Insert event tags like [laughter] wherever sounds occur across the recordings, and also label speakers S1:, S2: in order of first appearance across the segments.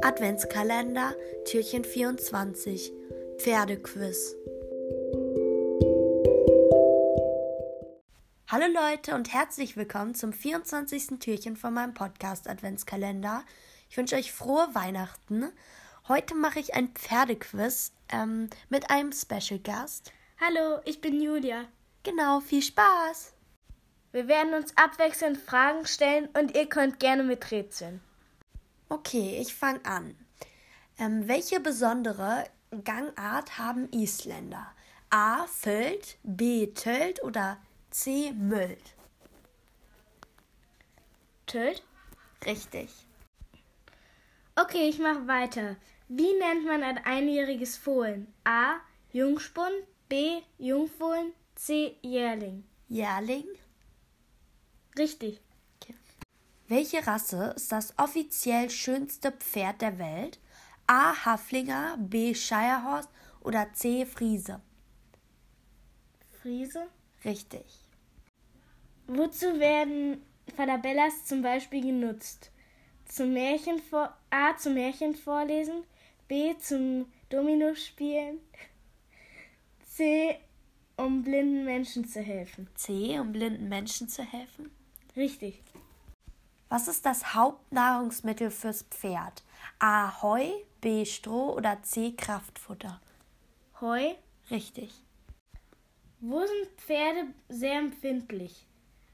S1: Adventskalender, Türchen 24, Pferdequiz. Hallo Leute und herzlich willkommen zum 24. Türchen von meinem Podcast Adventskalender. Ich wünsche euch frohe Weihnachten. Heute mache ich ein Pferdequiz ähm, mit einem Special Guest.
S2: Hallo, ich bin Julia.
S1: Genau, viel Spaß!
S2: Wir werden uns abwechselnd Fragen stellen und ihr könnt gerne miträtseln.
S1: Okay, ich fange an. Ähm, welche besondere Gangart haben Isländer? A. Fölt, B. Tölt oder C. Müllt?
S2: Tölt?
S1: Richtig.
S2: Okay, ich mache weiter. Wie nennt man ein einjähriges Fohlen? A. Jungspund, B. Jungfohlen, C. Jährling.
S1: Jährling?
S2: Richtig.
S1: Welche Rasse ist das offiziell schönste Pferd der Welt? A. Haflinger, B. Shirehorse oder C. Friese?
S2: Friese?
S1: Richtig.
S2: Wozu werden Falabellas zum Beispiel genutzt? Zum Märchenvor A. Zum Märchenvorlesen, B. Zum Dominospielen, [laughs] C. Um blinden Menschen zu helfen.
S1: C. Um blinden Menschen zu helfen?
S2: Richtig.
S1: Was ist das Hauptnahrungsmittel fürs Pferd? A. Heu, B. Stroh oder C. Kraftfutter?
S2: Heu?
S1: Richtig.
S2: Wo sind Pferde sehr empfindlich?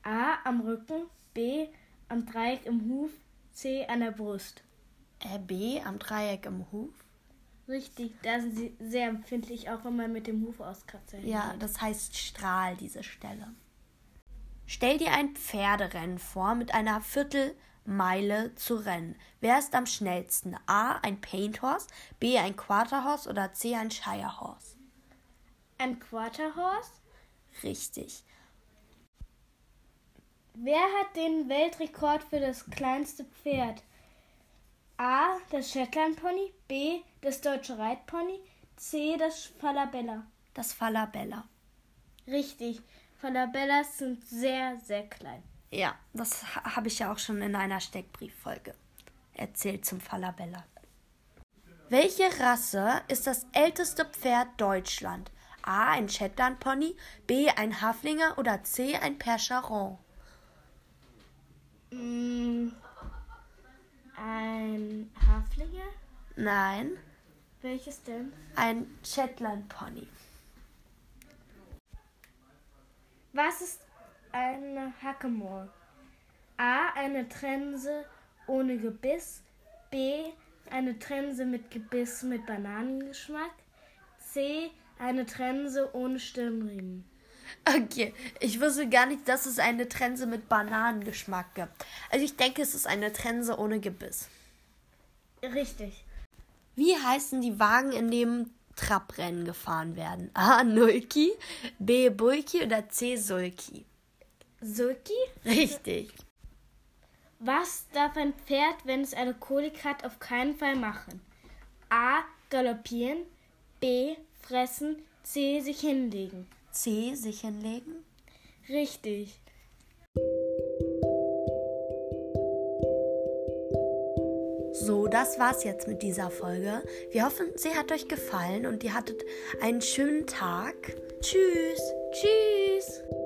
S2: A. Am Rücken, B. Am Dreieck im Huf, C. An der Brust.
S1: Äh, B. Am Dreieck im Huf?
S2: Richtig, da sind sie sehr empfindlich, auch wenn man mit dem Huf auskratzt.
S1: Ja, das heißt Strahl, diese Stelle. Stell dir ein Pferderennen vor, mit einer Viertelmeile zu rennen. Wer ist am schnellsten? A. Ein Paint Horse, B. Ein Quarter Horse oder C. Ein Shire Horse?
S2: Ein Quarterhorse?
S1: Richtig.
S2: Wer hat den Weltrekord für das kleinste Pferd? A. Das Shetland Pony, B. Das Deutsche Reitpony, C. Das Falabella.
S1: Das Falabella.
S2: Richtig, Falabellas sind sehr, sehr klein.
S1: Ja, das ha- habe ich ja auch schon in einer Steckbrieffolge erzählt zum Falabella. Welche Rasse ist das älteste Pferd Deutschland? A. Ein Shetland Pony, B. Ein Haflinger oder C. Ein Percheron?
S2: Mm, ein Haflinger?
S1: Nein,
S2: Welches denn?
S1: ein Shetland Pony.
S2: Was ist eine Hackemoor? A. Eine Trense ohne Gebiss. B. Eine Trense mit Gebiss mit Bananengeschmack. C. Eine Trense ohne Stirnriemen.
S1: Okay, ich wusste gar nicht, dass es eine Trense mit Bananengeschmack gibt. Also ich denke, es ist eine Trense ohne Gebiss.
S2: Richtig.
S1: Wie heißen die Wagen, in denen Trabrennen gefahren werden? A. Nulki, B. Bulki oder C. Sulki?
S2: Sulki?
S1: Richtig.
S2: Was darf ein Pferd, wenn es eine Kolik hat, auf keinen Fall machen? A. Galoppieren. B. Fressen. C. Sich hinlegen.
S1: C. Sich hinlegen?
S2: Richtig.
S1: So, das war's jetzt mit dieser Folge. Wir hoffen, sie hat euch gefallen und ihr hattet einen schönen Tag. Tschüss.
S2: Tschüss.